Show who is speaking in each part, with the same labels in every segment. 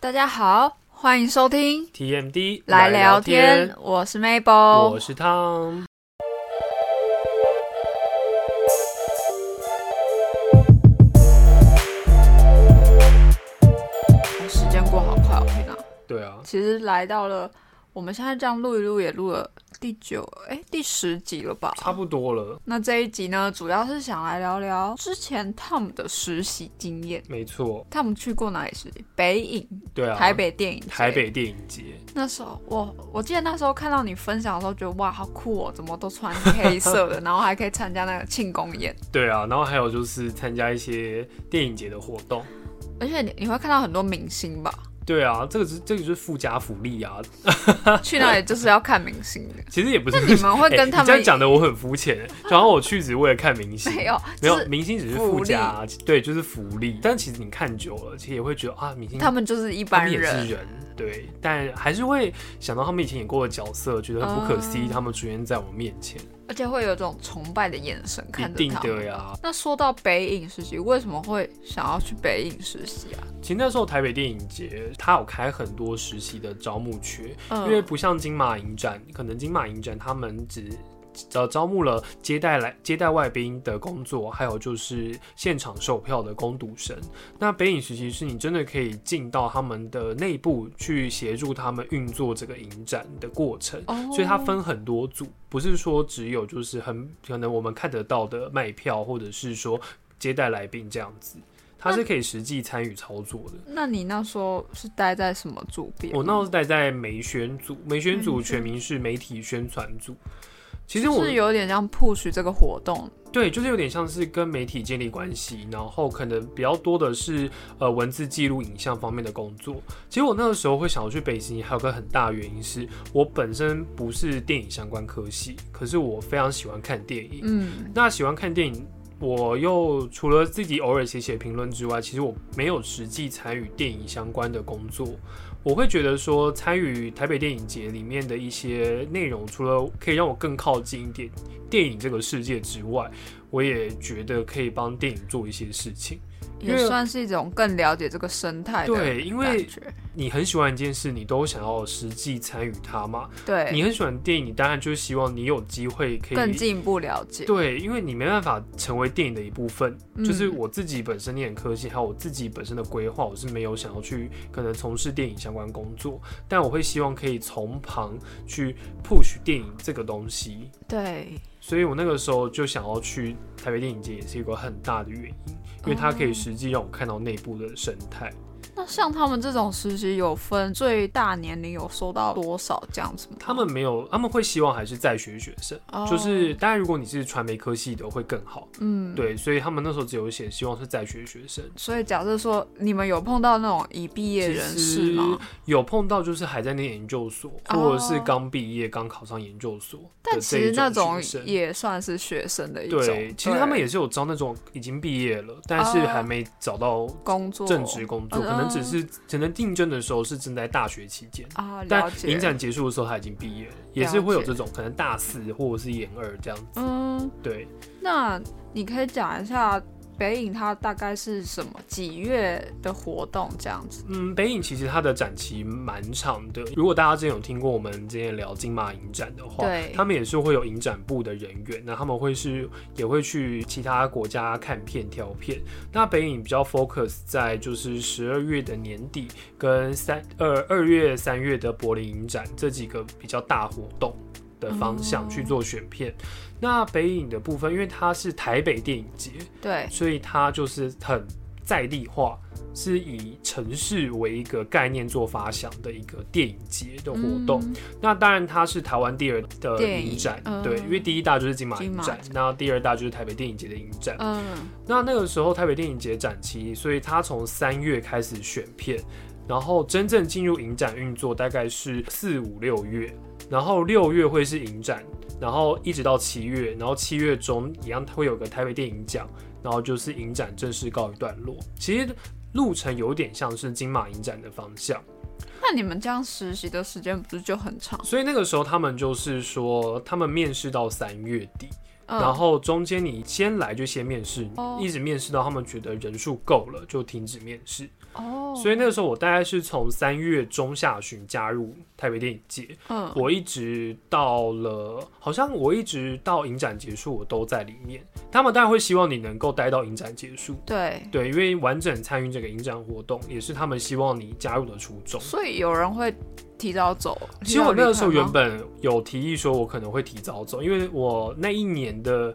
Speaker 1: 大家好，欢迎收听
Speaker 2: TMD
Speaker 1: 来
Speaker 2: 聊
Speaker 1: 聊天，，哦我是 Mabel，
Speaker 2: 我是汤。
Speaker 1: 时间过好快哦，天哪！
Speaker 2: 对啊，
Speaker 1: 其实来到了我们现在这样录一录，也录了第九哎第十集了吧？
Speaker 2: 差不多了，
Speaker 1: 那这一集呢，主要是想来聊聊之前 Tom 的实习经验。
Speaker 2: 没错，
Speaker 1: 他们去过哪里实习？北影、
Speaker 2: 对啊，
Speaker 1: 台北电影、
Speaker 2: 台。北电影节，
Speaker 1: 那时候我我记得那时候看到你分享的时候，觉得哇好酷哦，怎么都穿黑色 的，然后还可以参加那个庆功宴。
Speaker 2: 对啊，然后还有就是参加一些电影节的活动，
Speaker 1: 而且你你会看到很多明星吧，
Speaker 2: 对啊，这个是这个就是附加福利啊，
Speaker 1: 去那里就是要看明星的。
Speaker 2: 其实也不是
Speaker 1: 那你们会跟
Speaker 2: 哎你
Speaker 1: 他们
Speaker 2: 这样讲的，我很肤浅，然后我去只是为了看明星，
Speaker 1: 没有，
Speaker 2: 没
Speaker 1: 就
Speaker 2: 有
Speaker 1: 是
Speaker 2: 明星只是
Speaker 1: 福
Speaker 2: 附
Speaker 1: 利
Speaker 2: 加啊，对，就是福利，但其实你看久了，其实也会觉得啊，明星
Speaker 1: 他们就是一
Speaker 2: 他
Speaker 1: 般
Speaker 2: 们也是
Speaker 1: 人。
Speaker 2: 人，对，但还是会想到他们以前演过的角色，觉得很不可思议，
Speaker 1: 嗯
Speaker 2: 他们出现在我面前，
Speaker 1: 而且会有一种崇拜的眼神看
Speaker 2: 一
Speaker 1: 着
Speaker 2: 定
Speaker 1: 他
Speaker 2: 的
Speaker 1: 们。
Speaker 2: 呀。
Speaker 1: 那说到北影实习，为什么会想要去北影实习啊？
Speaker 2: 其实那时候台北电影节，它有开很多实习的招募缺，因为
Speaker 1: 嗯，
Speaker 2: 不像金马影展，可能金马影展他们只。招招募了接待来接待外宾的工作，还有就是现场售票的攻读生。那北影实习是你真的可以进到他们的内部去协助他们运作这个影展的过程。
Speaker 1: 哦
Speaker 2: 所以它分很多组，不是说只有就是很可能我们看得到的卖票，或者是说接待来宾这样子，它是可以实际参与操作的。
Speaker 1: 那你那时候是待在什么组别？
Speaker 2: 我那时候待在媒宣组，媒宣
Speaker 1: 媒
Speaker 2: 组
Speaker 1: 宣
Speaker 2: 全名是媒体宣传组。其
Speaker 1: 嗯
Speaker 2: 实
Speaker 1: 就
Speaker 2: 我
Speaker 1: 是有点像 push 这个活动，
Speaker 2: 对，就是有点像是跟媒体建立关系，然后可能比较多的是呃文字记录、影像方面的工作。其实我那个时候会想要去北京，还有个很大的原因是我本身不是电影相关科系，可是我非常喜欢看电影。
Speaker 1: 嗯，
Speaker 2: 那喜欢看电影，我又除了自己偶尔写写评论之外，其实我没有实际参与电影相关的工作。我会觉得说，参与台北电影节里面的一些内容，除了可以让我更靠近一点电影这个世界之外，我也觉得可以帮电影做一些事情。因
Speaker 1: 也
Speaker 2: 为
Speaker 1: 算是一种更了解这个生态的
Speaker 2: 对因为
Speaker 1: 感觉。
Speaker 2: 你很喜欢一件事，你都想要实际参与它嘛？
Speaker 1: 对，
Speaker 2: 你很喜欢电影，你当然就是希望你有机会可以
Speaker 1: 更进一步了解。
Speaker 2: 对，因为你没办法成为电影的一部分，
Speaker 1: 嗯
Speaker 2: 就是我自己本身念科系，还有我自己本身的规划，我是没有想要去可能从事电影相关工作，但我会希望可以从旁去 push 电影这个东西，
Speaker 1: 对，
Speaker 2: 所以我那个时候就想要去台北电影节，也是一个很大的原因，因为它可以
Speaker 1: 哦
Speaker 2: 实际让我看到内部的生态。
Speaker 1: 那像他们这种实习有分最大年龄有收到多少这样子吗？
Speaker 2: 他们没有，他们会希望还是在学学生，
Speaker 1: 哦
Speaker 2: 就是当然如果你是传媒科系的会更好，
Speaker 1: 嗯，
Speaker 2: 对，所以他们那时候只有写希望是在学学生。
Speaker 1: 所以假设说你们有碰到那种已毕业人士吗？
Speaker 2: 有碰到就是还在念研究所，
Speaker 1: 哦
Speaker 2: 或者是刚毕业、刚考上研究所
Speaker 1: 但
Speaker 2: 的
Speaker 1: 其
Speaker 2: 这
Speaker 1: 实
Speaker 2: 一
Speaker 1: 那
Speaker 2: 种
Speaker 1: 种
Speaker 2: 学生。
Speaker 1: 也算是学生的一种。
Speaker 2: 对，其实他们
Speaker 1: 对哦
Speaker 2: 也是有招那种已经毕业了，但是还没找到
Speaker 1: 工作
Speaker 2: 正职工作，
Speaker 1: 嗯
Speaker 2: 可能只是可能定征的时候是正在大学期间，
Speaker 1: 啊，
Speaker 2: 但
Speaker 1: 了解。
Speaker 2: 影展结束的时候他已经毕业了，也是会有这种可能大四或者是研二这样子。
Speaker 1: 嗯，
Speaker 2: 对，
Speaker 1: 那你可以讲一下北影它大概是什么几月的活动这样子？
Speaker 2: 嗯，北影其实它的展期蛮长的。如果大家之前有听过我们之前聊金马影展的话，
Speaker 1: 对
Speaker 2: 他们也是会有影展部的人员，那他们会是也会去其他国家看片挑片。那北影比较 focus 在就是十二月的年底跟三二二月三月的柏林影展这几个比较大活动。的方向
Speaker 1: 哦
Speaker 2: 去做选片，那北影的部分，因为它是台北电影节，
Speaker 1: 对，
Speaker 2: 所以它就是很在地化，是以城市为一个概念做发想的一个电影节的活动。
Speaker 1: 嗯
Speaker 2: 那当然，它是台湾第二的
Speaker 1: 电影
Speaker 2: 影展，
Speaker 1: 嗯
Speaker 2: 对，因为第一大就是金马
Speaker 1: 金
Speaker 2: 影
Speaker 1: 马
Speaker 2: 展
Speaker 1: 展，
Speaker 2: 那第二大就是台北电影节的影展。
Speaker 1: 嗯，
Speaker 2: 那那个时候台北电影节展期，所以它从三月开始选片，然后真正进入影展运作大概是四五六月，然后六月会是影展，然后一直到七月，然后七月中一样会有个台北电影奖，然后就是影展正式告一段落。其实路程有点像是金马影展的方向。
Speaker 1: 那你们这样实习的时间不是就很长？
Speaker 2: 所以那个时候他们就是说，他们面试到三月底，
Speaker 1: 嗯、
Speaker 2: 然后中间你先来就先面试，
Speaker 1: 哦
Speaker 2: 一直面试到他们觉得人数够了就停止面试。
Speaker 1: 哦，
Speaker 2: 所以那个时候我大概是从三月中下旬加入台北电影节，
Speaker 1: 嗯，
Speaker 2: 我一直到了，好像我一直到影展结束，我都在里面。他们当然会希望你能够待到影展结束，
Speaker 1: 对，
Speaker 2: 对，因为完整参与这个影展活动，也是他们希望你加入的初衷。
Speaker 1: 所以有人会提早走。
Speaker 2: 其实我那个时候
Speaker 1: 提早离开
Speaker 2: 原
Speaker 1: 吗
Speaker 2: 本有提议说，我可能会提早走，因为我那一年的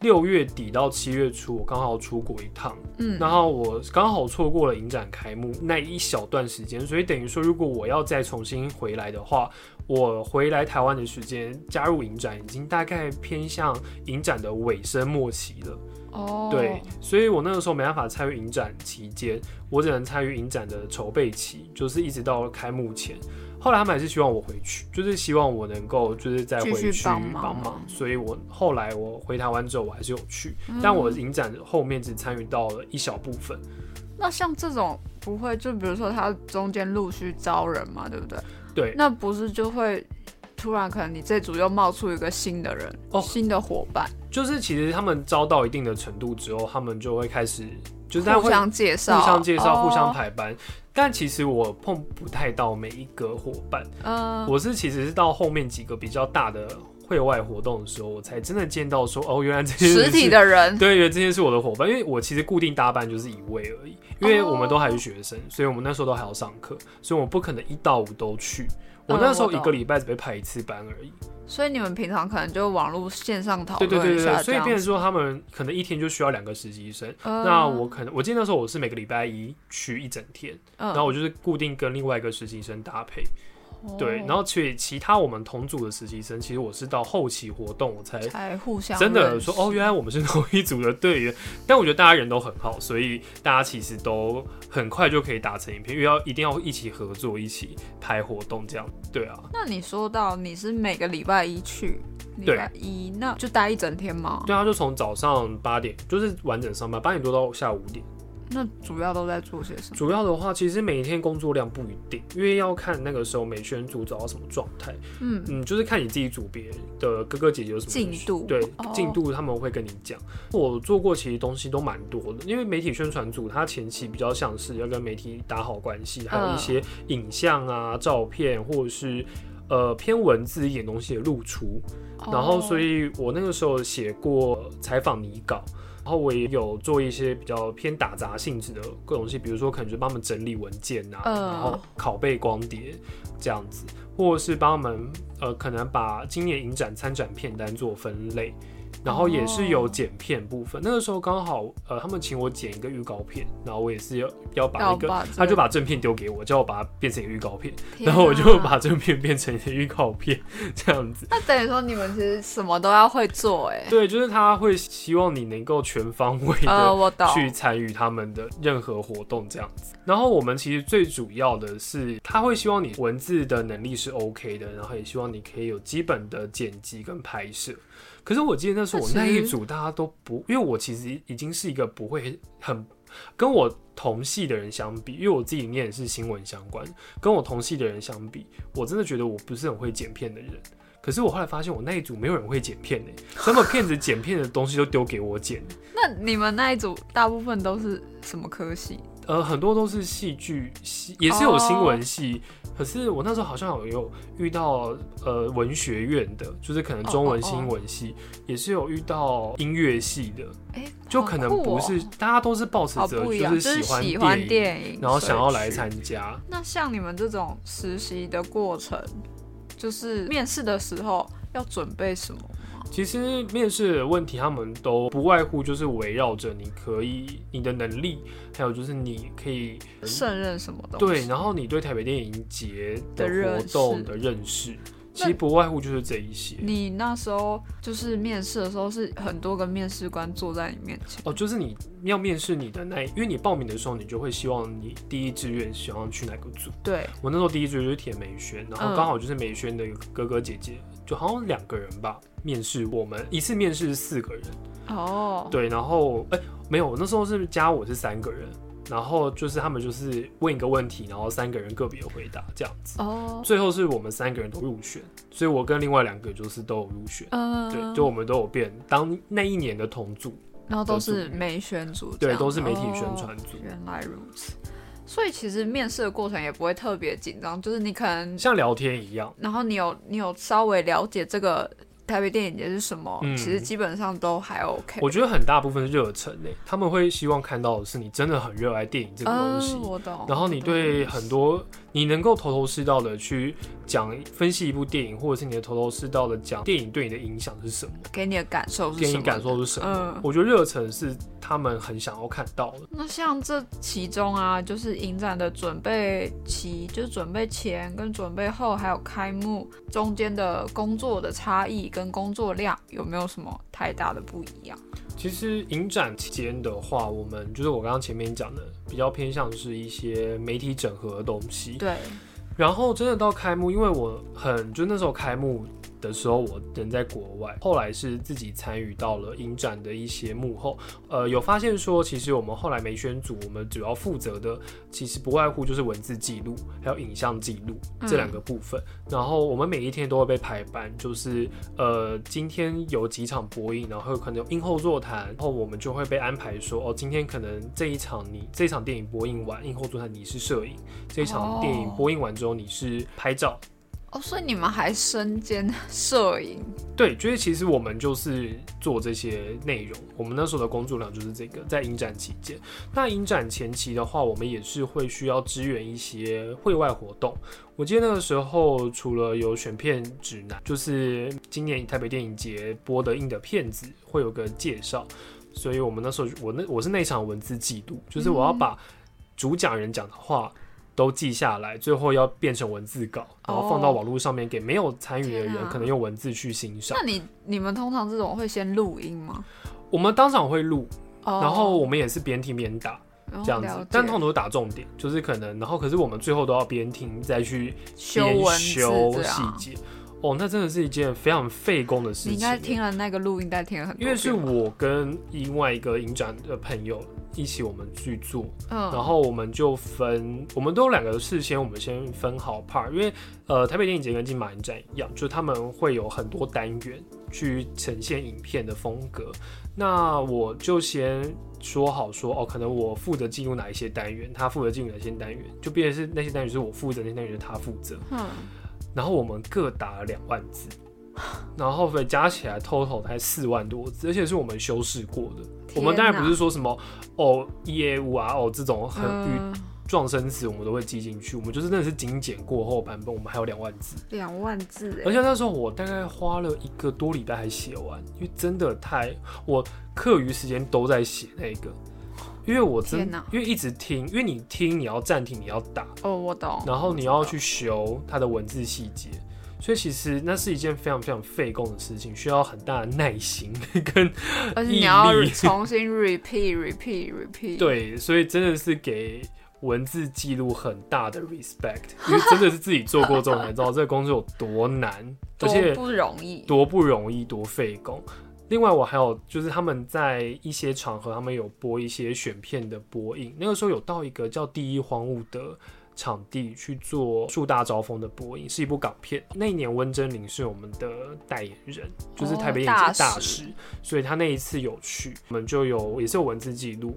Speaker 2: 六月底到七月初，我刚好出国一趟，
Speaker 1: 嗯，
Speaker 2: 然后我刚好错过了影展开幕那一小段时间，所以等于说，如果我要再重新回来的话，我回来台湾的时间加入影展已经大概偏向影展的尾声末期了。
Speaker 1: 哦，
Speaker 2: 对，所以我那个时候没办法参与影展期间，我只能参与影展的筹备期，就是一直到开幕前。后来他们还是希望我回去，就是希望我能够就是再
Speaker 1: 继
Speaker 2: 回
Speaker 1: 续
Speaker 2: 去
Speaker 1: 帮
Speaker 2: 帮
Speaker 1: 忙
Speaker 2: 忙。所以我后来我回台湾之后，我还是有去，
Speaker 1: 嗯
Speaker 2: 但我影展后面只参与到了一小部分。
Speaker 1: 那像这种不会，就比如说他中间陆续招人嘛，对不对？
Speaker 2: 对，
Speaker 1: 那不是就会突然可能你这组又冒出一个新的人，
Speaker 2: 哦
Speaker 1: 新的伙伴，
Speaker 2: 就是其实他们招到一定的程度之后，他们就会开始，就是他
Speaker 1: 互
Speaker 2: 会
Speaker 1: 相介绍，
Speaker 2: 互相介绍、互相
Speaker 1: 哦，
Speaker 2: 排班。但其实我碰不太到每一个伙伴，
Speaker 1: 嗯、
Speaker 2: 我是其实是到后面几个比较大的会外活动的时候，我才真的见到说，哦，原来这些人
Speaker 1: 实体
Speaker 2: 是
Speaker 1: 的人，
Speaker 2: 对，原来这些是我的伙伴，因为我其实固定搭班就是一位而已，因为我们都还是学生，所以我们那时候都还要上课，所以我不可能一到五都去。我
Speaker 1: 嗯
Speaker 2: 那时候
Speaker 1: 我
Speaker 2: 一
Speaker 1: 懂
Speaker 2: 个礼拜只被排一次班而已，
Speaker 1: 所以你们平常可能就网络线上讨
Speaker 2: 对对
Speaker 1: 论
Speaker 2: 对
Speaker 1: 一
Speaker 2: 对
Speaker 1: 下
Speaker 2: 对，
Speaker 1: 这
Speaker 2: 所以
Speaker 1: 样
Speaker 2: 变成
Speaker 1: 子。
Speaker 2: 说他们可能一天就需要两个实习生，
Speaker 1: 嗯
Speaker 2: 那我可能我记得那时候我是每个礼拜一去一整天，
Speaker 1: 嗯
Speaker 2: 然后我就是固定跟另外一个实习生搭配，对，然
Speaker 1: 后
Speaker 2: 后其实其他我们同组的实习生，其实我是到后期活动我才
Speaker 1: 才互相
Speaker 2: 真的
Speaker 1: 认识
Speaker 2: 说哦，原来我们是同一组的队员。但我觉得大家人都很好，所以大家其实都很快就可以打成一片，因为要一定要一起合作，一起拍活动这样。对啊，
Speaker 1: 那你说到你是每个礼拜一去，礼
Speaker 2: 对
Speaker 1: 拜一那就待一整天吗？
Speaker 2: 对啊，就从早上八点就是完整上班，八点多到下午五点。
Speaker 1: 那主要都在做些什么？
Speaker 2: 主要的话，其实每一天工作量不一定，因为要看那个时候每选组找到什么状态。
Speaker 1: 嗯，
Speaker 2: 嗯，就是看你自己组别的哥哥姐姐有什么
Speaker 1: 进
Speaker 2: 需
Speaker 1: 度
Speaker 2: 对
Speaker 1: 哦
Speaker 2: 进度他们会跟你讲。我做过其实东西都蛮多的，因为媒体宣传组它前期比较像是要跟媒体打好关系，还有一
Speaker 1: 嗯
Speaker 2: 些影像啊、照片或者是。呃，偏文字一点东西的露出，然后所
Speaker 1: 以
Speaker 2: 以我那个时候写过采访拟稿，然后我也有做一些比较偏打杂性质的各种东西，比如说可能就帮他们整理文件啊，
Speaker 1: 嗯
Speaker 2: 然后拷贝光碟这样子，或者是帮他们呃可能把今年影展参展片单做分类。然后也是有
Speaker 1: 哦
Speaker 2: 剪片部分，那个时候刚好呃，他们请我剪一个预告片，然后我也是要要把
Speaker 1: 要
Speaker 2: 一个，
Speaker 1: 把这
Speaker 2: 他就
Speaker 1: 个
Speaker 2: 把正片丢给我，叫我把它变成一个预告片，
Speaker 1: 天啊
Speaker 2: 然后我就
Speaker 1: 哪
Speaker 2: 把正片变成一个预告片 这样子。
Speaker 1: 那等于说你们其实什么都要会做哎、
Speaker 2: 对，就是他会希望你能够全方位
Speaker 1: 呃，
Speaker 2: 的
Speaker 1: 我懂，
Speaker 2: 去参与他们的任何活动这样子。然后我们其实最主要的是，他会希望你文字的能力是 OK 的，然后也希望你可以有基本的剪辑跟拍摄。可是我记得那时候我那
Speaker 1: 那其
Speaker 2: 一
Speaker 1: 实
Speaker 2: 组大家都不，因为我其实已经是一个不会很跟我同系的人相比，因为我自己念的是新闻相关，跟我同系的人相比，我真的觉得我不是很会剪片的人。可是我后来发现，我那一组没有人会剪片呢、欸，他们骗子剪片的东西都丢给我剪，
Speaker 1: 那你们那一组大部分都是什么科系？
Speaker 2: 呃，很多都是戏剧系，也是有新
Speaker 1: 哦
Speaker 2: 闻系。可是我那时候好像有有遇到呃文学院的，就是可能中文
Speaker 1: 哦哦哦
Speaker 2: 新闻系，也是有遇到音乐系的，
Speaker 1: 哎、
Speaker 2: 就可能
Speaker 1: 好酷
Speaker 2: 不
Speaker 1: 哦
Speaker 2: 是、大家都是抱持
Speaker 1: 好
Speaker 2: 着
Speaker 1: 不一样，
Speaker 2: 是
Speaker 1: 就是
Speaker 2: 喜
Speaker 1: 喜
Speaker 2: 欢
Speaker 1: 欢
Speaker 2: 电影，
Speaker 1: 电影，
Speaker 2: 然后想要
Speaker 1: 所以
Speaker 2: 来参加。
Speaker 1: 去。那像你们这种实习的过程，就是面试的时候要准备什么？
Speaker 2: 其实面试的问题，他们都不外乎就是围绕着你可以你的能力，还有就是你可以
Speaker 1: 胜任什么东西？
Speaker 2: 嗯对，然后你对台北电影节的
Speaker 1: 的认
Speaker 2: 活动
Speaker 1: 识
Speaker 2: 的认识，其
Speaker 1: 那
Speaker 2: 实不外乎就是这一些。
Speaker 1: 你那时候就是面试的时候，是很多个面试官坐在你面前。
Speaker 2: 哦，就是你要面试你的那一，因为你报名的时候，你就会希望你第一志愿想要去哪个组。
Speaker 1: 对，
Speaker 2: 我那时候第一志愿就是填美宣，然
Speaker 1: 嗯
Speaker 2: 后刚好就是美宣的一个哥哥姐姐，就好像两个人吧，面试我们一次面试四个人，
Speaker 1: 哦，
Speaker 2: 对，然后哎、没有，那时候是加我是三个人，然后就是他们就是问一个问题，然后三个人个别回答这样子，
Speaker 1: 哦，
Speaker 2: 最后是我们三个人都入选，所以我跟另外两个就是都有入选，
Speaker 1: 嗯、
Speaker 2: 对，就我们都有变当那一年的同组，
Speaker 1: 然后
Speaker 2: 都
Speaker 1: 都
Speaker 2: 是
Speaker 1: 是媒宣组这
Speaker 2: 对，
Speaker 1: 样，
Speaker 2: 都是媒体宣
Speaker 1: 哦
Speaker 2: 传组。
Speaker 1: 原来如此。所以其实面试的过程也不会特别紧张，就是你可能，
Speaker 2: 像聊天一样。
Speaker 1: 然后你有你有稍微了解这个台北电影节是什么，
Speaker 2: 嗯
Speaker 1: 其实基本上都还 OK。
Speaker 2: 我觉得很大部分是热忱诶、他们会希望看到的是你真的很热爱电影这个东西，
Speaker 1: 嗯，我懂。
Speaker 2: 然后你对很多你能够头头是道的去讲分析一部电影，或者是你的头头是道的讲电影对你的影响是什么，
Speaker 1: 给你的感受是什
Speaker 2: 给
Speaker 1: 么？
Speaker 2: 你感受是什么。
Speaker 1: 嗯，
Speaker 2: 我觉得热忱是他们很想要看到的。
Speaker 1: 那像这其中啊，就是影展的准备期，就是准备前跟准备后，还有开幕中间的工作的差异跟工作量，有没有什么太大的不一样？
Speaker 2: 其实影展期间的话，我们就是我刚刚前面讲的，比较偏向是一些媒体整合的东西。
Speaker 1: 对，
Speaker 2: 然后真的到开幕，因为我很就那时候开幕的时候，我人在国外，后来是自己参与到了影展的一些幕后，呃，有发现说，其实我们后来没宣组，我们主要负责的其实不外乎就是文字记录还有影像记录
Speaker 1: 嗯
Speaker 2: 这两个部分。然后我们每一天都会被排班，就是呃，今天有几场播映，然后可能有映后座谈，然后我们就会被安排说，哦，今天可能这一场你这一场电影播映完，映后座谈你是摄影，这一场电影
Speaker 1: 哦
Speaker 2: 播映完之后你是拍照。
Speaker 1: 哦，所以你们还身兼摄影，
Speaker 2: 对，就是其实我们就是做这些内容，我们那时候的工作量就是这个，在影展期间。那影展前期的话，我们也是会需要支援一些会外活动。我记得那个时候，除了有选片指南，就是今年台北电影节播的映的片子会有个介绍，所以我们那时候我那我是那场文字记录，就是我
Speaker 1: 嗯
Speaker 2: 要把主讲人讲的话。都记下来，最后要变成文字稿，然后放到
Speaker 1: 哦
Speaker 2: 网络上面给没有参与的人
Speaker 1: 天啊
Speaker 2: 可能用文字去欣赏
Speaker 1: 那。你你们通常这种会先录音吗？
Speaker 2: 我们当场会录，
Speaker 1: 哦，
Speaker 2: 然后我们也是边听边打
Speaker 1: 然后
Speaker 2: 这样
Speaker 1: 了
Speaker 2: 子
Speaker 1: 解，
Speaker 2: 但通常都是打重点，就是可能，然后可是我们最后都要边听再去
Speaker 1: 修
Speaker 2: 边
Speaker 1: 文字
Speaker 2: 修
Speaker 1: 这
Speaker 2: 细
Speaker 1: 样，
Speaker 2: 节。哦，那真的是一件非常费工的事情。
Speaker 1: 你应该听了那个录音带听了很多
Speaker 2: 因
Speaker 1: 遍吧，
Speaker 2: 为是我跟另外一个影展的朋友一起，我们去做，
Speaker 1: 嗯，
Speaker 2: 然后我们就分，我们都有两个事先，我们先分好 part，因为呃，台北电影节跟金马影展一样，就是他们会有很多单元去呈现影片的风格。那我就先说好说哦，可能我负责进入哪一些单元，他负责进入哪些单元，就变成是那些单元是我负责，那些单元是他负责。
Speaker 1: 嗯，
Speaker 2: 然后我们各打了两万 字，然后所以加起来 total 才四万多字，而且是我们修饰过的。我们当然不是说什么哦业务啊哦这种很语
Speaker 1: 嗯
Speaker 2: 撞生词我们都会记进去，我们就是真的是精简过后版本，我们还有两万字，
Speaker 1: 两万字哎
Speaker 2: 而且那时候我大概花了一个多礼拜还写完，因为真的太我课余时间都在写那个，因为我真
Speaker 1: 天哪
Speaker 2: 因为一直听，因为你听你要暂停，你要打，
Speaker 1: 哦，我懂。
Speaker 2: 然后你要
Speaker 1: 我知道
Speaker 2: 去修它的文字细节。所以其实那是一件非常非常费工的事情，需要很大的耐心 跟
Speaker 1: 而且
Speaker 2: 毅
Speaker 1: 你要
Speaker 2: 力
Speaker 1: 重新 repeat repeat repeat。，
Speaker 2: 对，所以真的是给文字记录很大的 respect，因为真的是自己做过之后才知道这个工作有 多难，而
Speaker 1: 多
Speaker 2: 且
Speaker 1: 不容易。
Speaker 2: 多不容易，多费工。另外，我还有就是他们在一些场合，他们有播一些选片的播映，那个时候有到一个叫第一荒芜的。场地去做《树大招风》的播映，是一部港片。那一年温真菱是我们的代言人，就是台北影
Speaker 1: 哦
Speaker 2: 节
Speaker 1: 大
Speaker 2: 大
Speaker 1: 使
Speaker 2: 使，所以他那一次有去，我们就有也是有文字记录，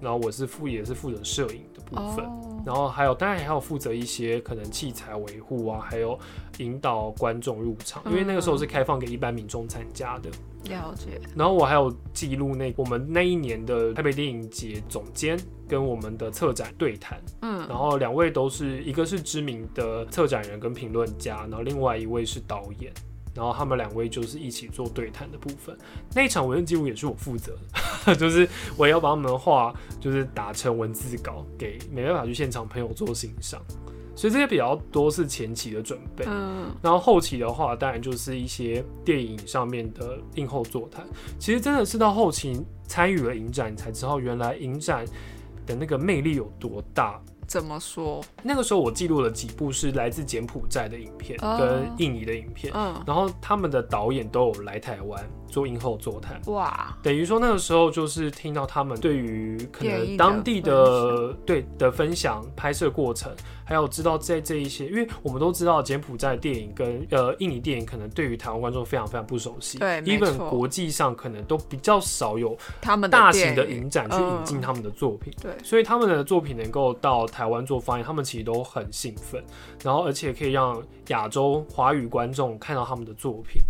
Speaker 2: 然后我是负也是负责摄影的部分，
Speaker 1: 哦，
Speaker 2: 然后还有当然还有负责一些可能器材维护啊，还有引导观众入场，因为那个时候是开放给一般民众参加的。
Speaker 1: 了解。
Speaker 2: 然后我还有记录那我们那一年的台北电影节总监跟我们的策展对谈，
Speaker 1: 嗯，
Speaker 2: 然后两位都是一个是知名的策展人跟评论家，然后另外一位是导演。然后他们两位就是一起做对谈的部分，那一场文字记录也是我负责的， 就是我也要把他们的话就是打成文字稿给没办法去现场朋友做欣赏，所以这些比较多是前期的准备。
Speaker 1: 嗯，
Speaker 2: 然后后期的话，当然就是一些电影上面的映后座谈。其实真的是到后期参与了影展，你才知道原来影展的那个魅力有多大。
Speaker 1: 怎么说？
Speaker 2: 那个时候我记录了几部是来自柬埔寨的影片
Speaker 1: 哦
Speaker 2: 跟印尼的影片，
Speaker 1: 嗯，
Speaker 2: 然后他们的导演都有来台湾，做映后座谈。
Speaker 1: 哇，
Speaker 2: 等于说那个时候就是听到他们对于可
Speaker 1: 电影的
Speaker 2: 能当地
Speaker 1: 分
Speaker 2: 的对的分享、拍摄过程，还有知道在这一些，因为我们都知道柬埔寨电影跟呃印尼电影可能对于台湾观众非常非常不熟悉，
Speaker 1: 对没
Speaker 2: ，even
Speaker 1: 错
Speaker 2: 国际上可能都比较少有
Speaker 1: 他们
Speaker 2: 大型的
Speaker 1: 电影
Speaker 2: 影展去
Speaker 1: 嗯
Speaker 2: 引进他们的作品。
Speaker 1: 对
Speaker 2: 所以他们的作品能够到台湾做翻译，他们其实都很兴奋，然后而且可以让亚洲华语观众看到他们的作品。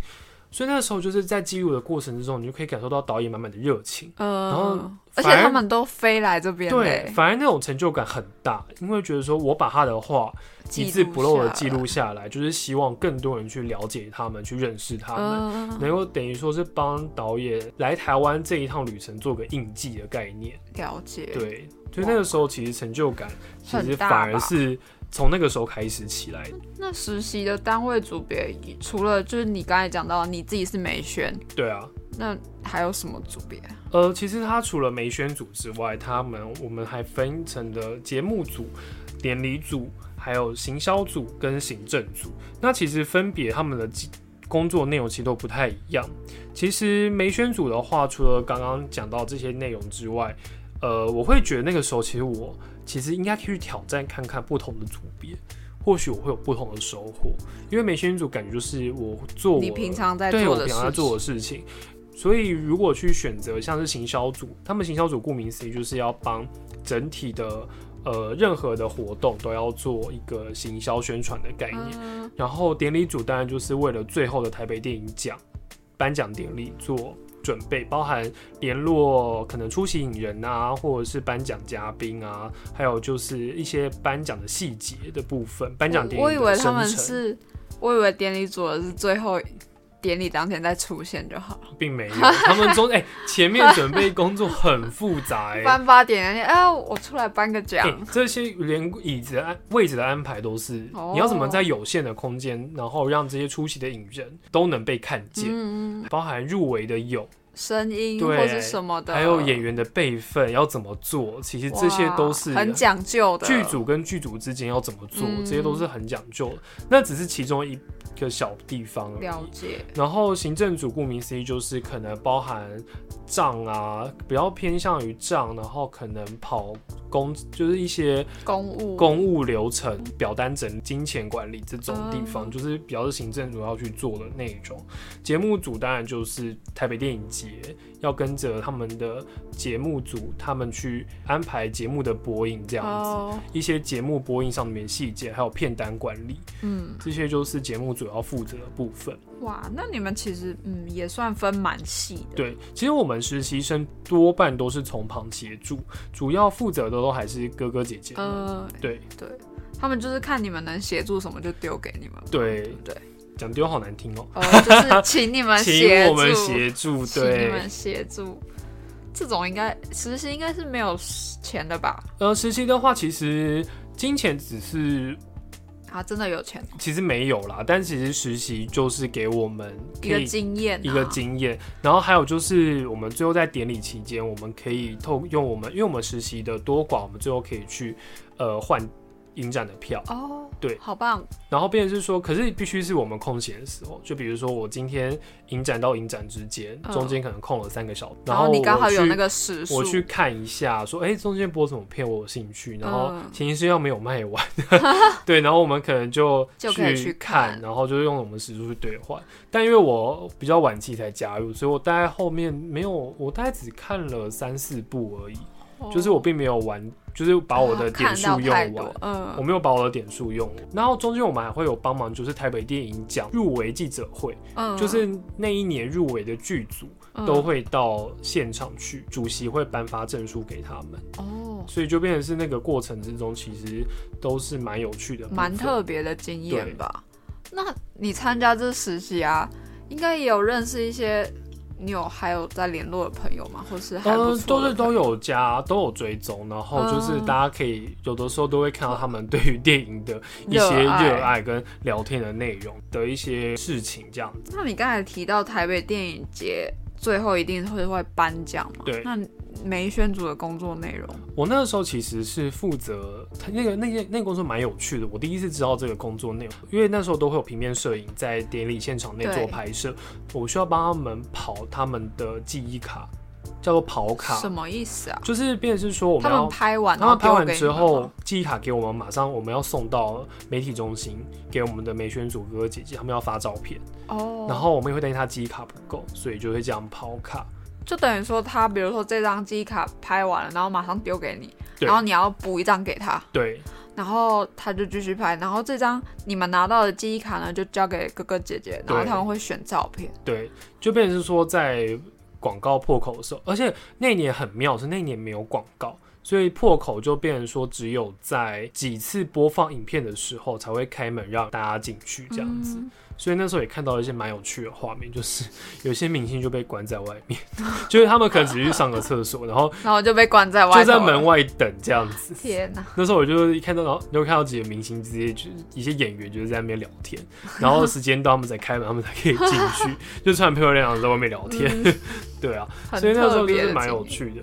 Speaker 2: 所以那时候就是在记录的过程之中，你就可以感受到导演满满的热情。
Speaker 1: 嗯，
Speaker 2: 然后
Speaker 1: 而且
Speaker 2: 反而
Speaker 1: 他们都飞来这边
Speaker 2: 对，
Speaker 1: 嘞，
Speaker 2: 反而那种成就感很大，因为觉得说我把他的话
Speaker 1: 记
Speaker 2: 一
Speaker 1: 录
Speaker 2: 字不漏的记
Speaker 1: 下来
Speaker 2: 录下来，就是希望更多人去了解他们，去认识他们，
Speaker 1: 嗯，
Speaker 2: 能够等于说是帮导演来台湾这一趟旅程做个印记的概念。
Speaker 1: 了解，，
Speaker 2: 对，所以那个时候其实成就感其实
Speaker 1: 很大
Speaker 2: 反
Speaker 1: 吧
Speaker 2: 而是从那个时候开始起来的。
Speaker 1: 那实习的单位组别除了就是你刚才讲到你自己是美宣，
Speaker 2: 对啊，
Speaker 1: 那还有什么组别？
Speaker 2: 呃，其实它除了美宣组之外，他们我们还分成了节目组、典礼组、还有行销组跟行政组。那其实分别他们的技工作内容其实都不太一样。其实梅宣组的话，除了刚刚讲到这些内容之外，呃，我会觉得那个时候其实我其实应该可以去挑战看看不同的组别。或许我会有不同的收获，因为梅宣组感觉就是我做我
Speaker 1: 你平常在
Speaker 2: 对
Speaker 1: 做
Speaker 2: 我
Speaker 1: 的
Speaker 2: 平
Speaker 1: 事
Speaker 2: 常在做的事情。所以如果去选择像是行销组，他们行销组顾名思义就是要帮整体的呃任何的活动都要做一个行销宣传的概念。
Speaker 1: 嗯，
Speaker 2: 然后典礼组当然就是为了最后的台北电影奖颁奖典礼做准备，包含联络可能出席影人啊，或者是颁奖嘉宾啊，还有就是一些颁奖的细节的部分。颁奖典
Speaker 1: 我我
Speaker 2: 礼
Speaker 1: 以
Speaker 2: 的
Speaker 1: 为
Speaker 2: 生
Speaker 1: 他们
Speaker 2: 成
Speaker 1: 是，我以为典礼组的是最后典礼当天再出现就好了，
Speaker 2: 并没有，他们 中哎、前面准备工作很复杂哎、
Speaker 1: 颁 发典礼，哎，我出来颁个奖
Speaker 2: 哎、，这些连椅子的安位置的安排都是，
Speaker 1: 哦
Speaker 2: 你要怎么在有限的空间，然后让这些出席的影人都能被看见，
Speaker 1: 嗯，嗯
Speaker 2: 包含入围的有，
Speaker 1: 声音
Speaker 2: 对
Speaker 1: 或是什么的，
Speaker 2: 还有演员的备份要怎么做，其实这些都是
Speaker 1: 哇很讲究的
Speaker 2: 剧组跟剧组之间要怎么做，
Speaker 1: 嗯
Speaker 2: 这些都是很讲究的。那只是其中一个小地方而
Speaker 1: 了
Speaker 2: 已。
Speaker 1: 解，
Speaker 2: 然后行政组顾名思义就是可能包含账啊，比较偏向于账，然后可能跑公就是一些
Speaker 1: 公务
Speaker 2: 公务流程、表单整、金钱管理这种地方，
Speaker 1: 嗯
Speaker 2: 就是比较是行政主要去做的那种。节目组当然就是台北电影节，要跟着他们的节目组，他们去安排节目的播映这样子。
Speaker 1: 哦，
Speaker 2: 一些节目播映上面的细节，还有片单管理，
Speaker 1: 嗯，
Speaker 2: 这些就是节目主要负责的部分。
Speaker 1: 哇，那你们其实嗯也算分蛮细的，
Speaker 2: 对，其实我们实习生多半都是从旁协助，主要负责的都还是哥哥姐姐们。
Speaker 1: 嗯，
Speaker 2: 对
Speaker 1: 对，他们就是看你们能协助什么就丢给你们，
Speaker 2: 对
Speaker 1: 对，
Speaker 2: 讲丢好难听哦、
Speaker 1: 哦，就是请你们协
Speaker 2: 请
Speaker 1: 助，
Speaker 2: 我们协助，
Speaker 1: 请你
Speaker 2: 对
Speaker 1: 们，协助。这种应该实习应该是没有钱的吧？
Speaker 2: 呃，实习的话，其实金钱只是
Speaker 1: 啊，真的有钱哦，
Speaker 2: 其实没有啦，但其实实习就是给我们
Speaker 1: 一
Speaker 2: 可
Speaker 1: 个
Speaker 2: 以
Speaker 1: 经验、啊，
Speaker 2: 一个经验，然后还有就是我们最后在典礼期间，我们可以透用我们，因为我们实习的多寡，我们最后可以去呃换影展的票，
Speaker 1: 哦，
Speaker 2: 对
Speaker 1: 好棒，
Speaker 2: 然后变成是说，可是必须是我们空闲的时候，就比如说我今天影展到影展之间，
Speaker 1: 嗯
Speaker 2: 中间可能空了三个小时，
Speaker 1: 然
Speaker 2: 后
Speaker 1: 哦你
Speaker 2: 我
Speaker 1: 刚好有
Speaker 2: 去
Speaker 1: 那个时数，
Speaker 2: 我去看一下，说哎、诶中间播什么片我有兴趣，然后
Speaker 1: 嗯
Speaker 2: 前一是要没有卖完， 对，然后我们可能就
Speaker 1: 就可以去看
Speaker 2: 看，然后就是用我们时数去兑换。但因为我比较晚期才加入，所以我大概后面没有，我大概只看了三四部而已，
Speaker 1: 哦
Speaker 2: 就是我并没有玩，就是把我的
Speaker 1: 啊
Speaker 2: 点
Speaker 1: 看
Speaker 2: 数
Speaker 1: 到
Speaker 2: 用
Speaker 1: 太
Speaker 2: 完。
Speaker 1: 多，
Speaker 2: 我
Speaker 1: 嗯，
Speaker 2: 没有把我的点数用完，然后中间我们还会有帮忙，就是台北电影奖入围记者会，
Speaker 1: 嗯
Speaker 2: 就是那一年入围的剧组，都、会到现场去，主席会颁发证书给他们，
Speaker 1: 嗯、哦，
Speaker 2: 所以就变成是那个过程之中，其实都是蛮有趣的部分，
Speaker 1: 蛮特别的经
Speaker 2: 对
Speaker 1: 验吧。那你参加这实习啊，应该也有认识一些你有还有在联络的朋友吗？或是还不
Speaker 2: 嗯，
Speaker 1: 错
Speaker 2: 都
Speaker 1: 的
Speaker 2: 是
Speaker 1: 朋
Speaker 2: 都
Speaker 1: 友、
Speaker 2: 有加，都有追踪，然后就是
Speaker 1: 嗯
Speaker 2: 大家可以有的时候都会看到他们对于电影的一些
Speaker 1: 热爱
Speaker 2: 热爱跟聊天的内容的一些事情，这样子。
Speaker 1: 那你刚才提到台北电影节最后一定会会颁奖嘛？
Speaker 2: 对
Speaker 1: 那梅宣组的工作内容？
Speaker 2: 我那个时候其实是负责他那个那个那个工作蛮有趣的，我第一次知道这个工作内容，因为那时候都会有平面摄影在典礼现场内做
Speaker 1: 对
Speaker 2: 拍摄，我需要帮他们跑他们的记忆卡，叫做跑卡
Speaker 1: 什，么意思啊？
Speaker 2: 就是变成是说我
Speaker 1: 他
Speaker 2: 们
Speaker 1: 们
Speaker 2: 要
Speaker 1: 拍完，
Speaker 2: 他
Speaker 1: 然后
Speaker 2: 们拍
Speaker 1: 丢
Speaker 2: 完
Speaker 1: 给你
Speaker 2: 之
Speaker 1: 们
Speaker 2: 后
Speaker 1: 吗，，
Speaker 2: 记忆卡给我们，马上我们要送到媒体中心给我们的美宣组哥哥姐姐，他们要发照片，
Speaker 1: 哦，
Speaker 2: 然后我们也会担心他记忆卡不够，所以就会这样抛卡。
Speaker 1: 就等于说他，比如说这张记忆卡拍完了，然后马上丢给你，
Speaker 2: 对
Speaker 1: 然后你要补一张给他，
Speaker 2: 对
Speaker 1: 然后他就继续拍，然后这张你们拿到的记忆卡呢，就交给哥哥姐姐，然后
Speaker 2: 对
Speaker 1: 他们会选照片。
Speaker 2: 对，就变成是说在广告破口的时候，而且那一年很妙是那一年没有广告。所以破口就变成说，只有在几次播放影片的时候才会开门让大家进去这样子。
Speaker 1: 嗯
Speaker 2: 所以那时候也看到一些蛮有趣的画面，就是有些明星就被关在外面， 就是他们可能只是去上个厕所，然后
Speaker 1: 然后就被关在外头
Speaker 2: 就
Speaker 1: 了，
Speaker 2: 在门外等这样子。
Speaker 1: 天哪，
Speaker 2: 那时候我就一看到，然后就看到几个明星直接就是一些演员就是在那边聊天，然后时间到他们才开门，他们才可以进 去，就穿漂漂亮亮在外面聊天。对啊，
Speaker 1: 嗯很
Speaker 2: 所以那时
Speaker 1: 特
Speaker 2: 候就
Speaker 1: 别
Speaker 2: 是
Speaker 1: 的
Speaker 2: 蛮
Speaker 1: 经
Speaker 2: 有
Speaker 1: 历。
Speaker 2: 趣的。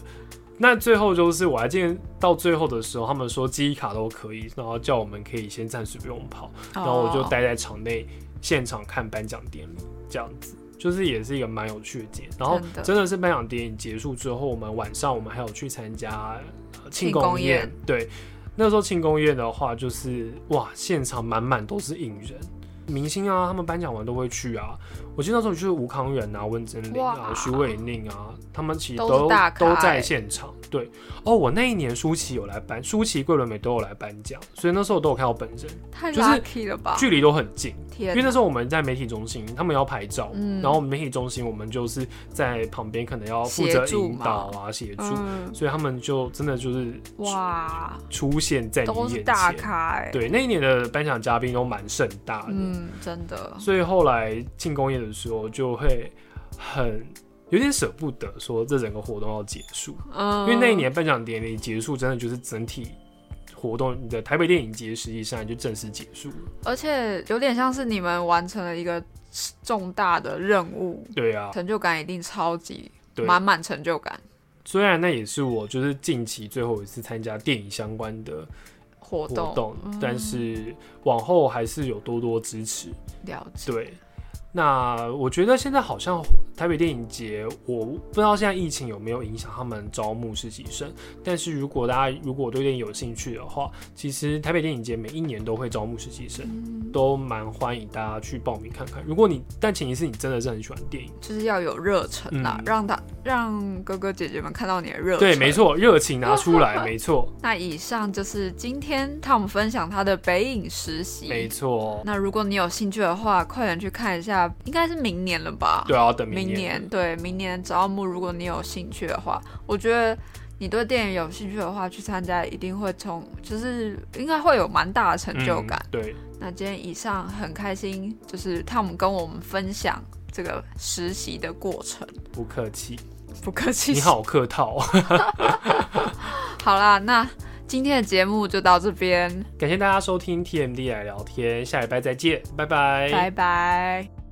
Speaker 2: 那最后就是我还记得到最后的时候，他们说记忆卡都可以，然后叫我们可以先暂时不用跑，然后我就
Speaker 1: 哦
Speaker 2: 待在场内现场看颁奖典礼，这样子就是也是一个蛮有趣的节。然后
Speaker 1: 哦真的
Speaker 2: 真的是颁奖典礼结束之后，我们晚上我们还有去参加呃庆
Speaker 1: 庆
Speaker 2: 功
Speaker 1: 功宴
Speaker 2: 宴，对。那时候庆功宴的话，就是哇，现场满满都是影人、明星啊，他们颁奖完都会去啊。我记得那时候就是吴康仁啊、温真菱啊、
Speaker 1: 哇
Speaker 2: 徐伟宁啊，他们其实
Speaker 1: 都
Speaker 2: 都
Speaker 1: 是大咖
Speaker 2: 都在
Speaker 1: 欸
Speaker 2: 现场。对，哦，我那一年舒淇有来颁，舒淇、桂纶镁都有来颁奖，所以那时候我都有看到本人。
Speaker 1: 太
Speaker 2: 就是
Speaker 1: lucky 了吧？
Speaker 2: 距离都很近，因
Speaker 1: 天
Speaker 2: 为
Speaker 1: 哪，
Speaker 2: 那时候我们在媒体中心，他们要拍照，
Speaker 1: 嗯
Speaker 2: 然后媒体中心我们就是在旁边可能要负责
Speaker 1: 协助
Speaker 2: 引
Speaker 1: 嘛
Speaker 2: 导啊、协助，
Speaker 1: 嗯，
Speaker 2: 所以他们就真的就是
Speaker 1: 哇，
Speaker 2: 出现在你
Speaker 1: 都是
Speaker 2: 眼
Speaker 1: 大
Speaker 2: 前。
Speaker 1: 咖哎、，
Speaker 2: 对，那一年的颁奖嘉宾都蛮盛大的，
Speaker 1: 嗯，真的，
Speaker 2: 所以后来庆功宴的时候就会很有点舍不得，说这整个活动要结束，
Speaker 1: 嗯，
Speaker 2: 因为那一年颁奖典礼结束，真的就是整体活动，你的台北电影节实际上就正式结束了。
Speaker 1: 而且有点像是你们完成了一个重大的任务，
Speaker 2: 对啊，
Speaker 1: 成就感一定超级
Speaker 2: 对。
Speaker 1: 满满成就感
Speaker 2: 虽然那也是我就是近期最后一次参加电影相关的
Speaker 1: 活
Speaker 2: 活
Speaker 1: 动，嗯
Speaker 2: 动，但是往后还是有多多支持。
Speaker 1: 了解，
Speaker 2: 对，那我觉得现在好像台北电影节，我不知道现在疫情有没有影响他们招募实习生，但是如果大家如果对电影有兴趣的话，其实台北电影节每一年都会招募实习生。
Speaker 1: 嗯，
Speaker 2: 都蛮欢迎大家去报名看看。如果你，但前提是你真的是很喜欢电影，
Speaker 1: 就是要有热忱啦，
Speaker 2: 嗯
Speaker 1: 让他让哥哥姐姐们看到你的热忱，
Speaker 2: 对，没。错，热情拿 出来，没错，
Speaker 1: 那以上就是今天 Tom 分享他的北影实习，
Speaker 2: 没错。
Speaker 1: 那如果你有兴趣的话，快点去看一下，应该是明年了吧？
Speaker 2: 对啊，要等
Speaker 1: 明
Speaker 2: 年。
Speaker 1: 对明年招募，如果你有兴趣的话，我觉得你对电影有兴趣的话，去参加一定会从，就是应该会有蛮大的成就感。
Speaker 2: 嗯对，
Speaker 1: 那今天以上很开心，就是汤姆跟我们分享这个实习的过程，
Speaker 2: 不客气，
Speaker 1: 不客气。
Speaker 2: 你，好客套，
Speaker 1: 好啦，那今天的节目就到这边，
Speaker 2: 哎感谢大家收听 TMD 来聊天，下礼拜再见，拜拜，
Speaker 1: 拜拜。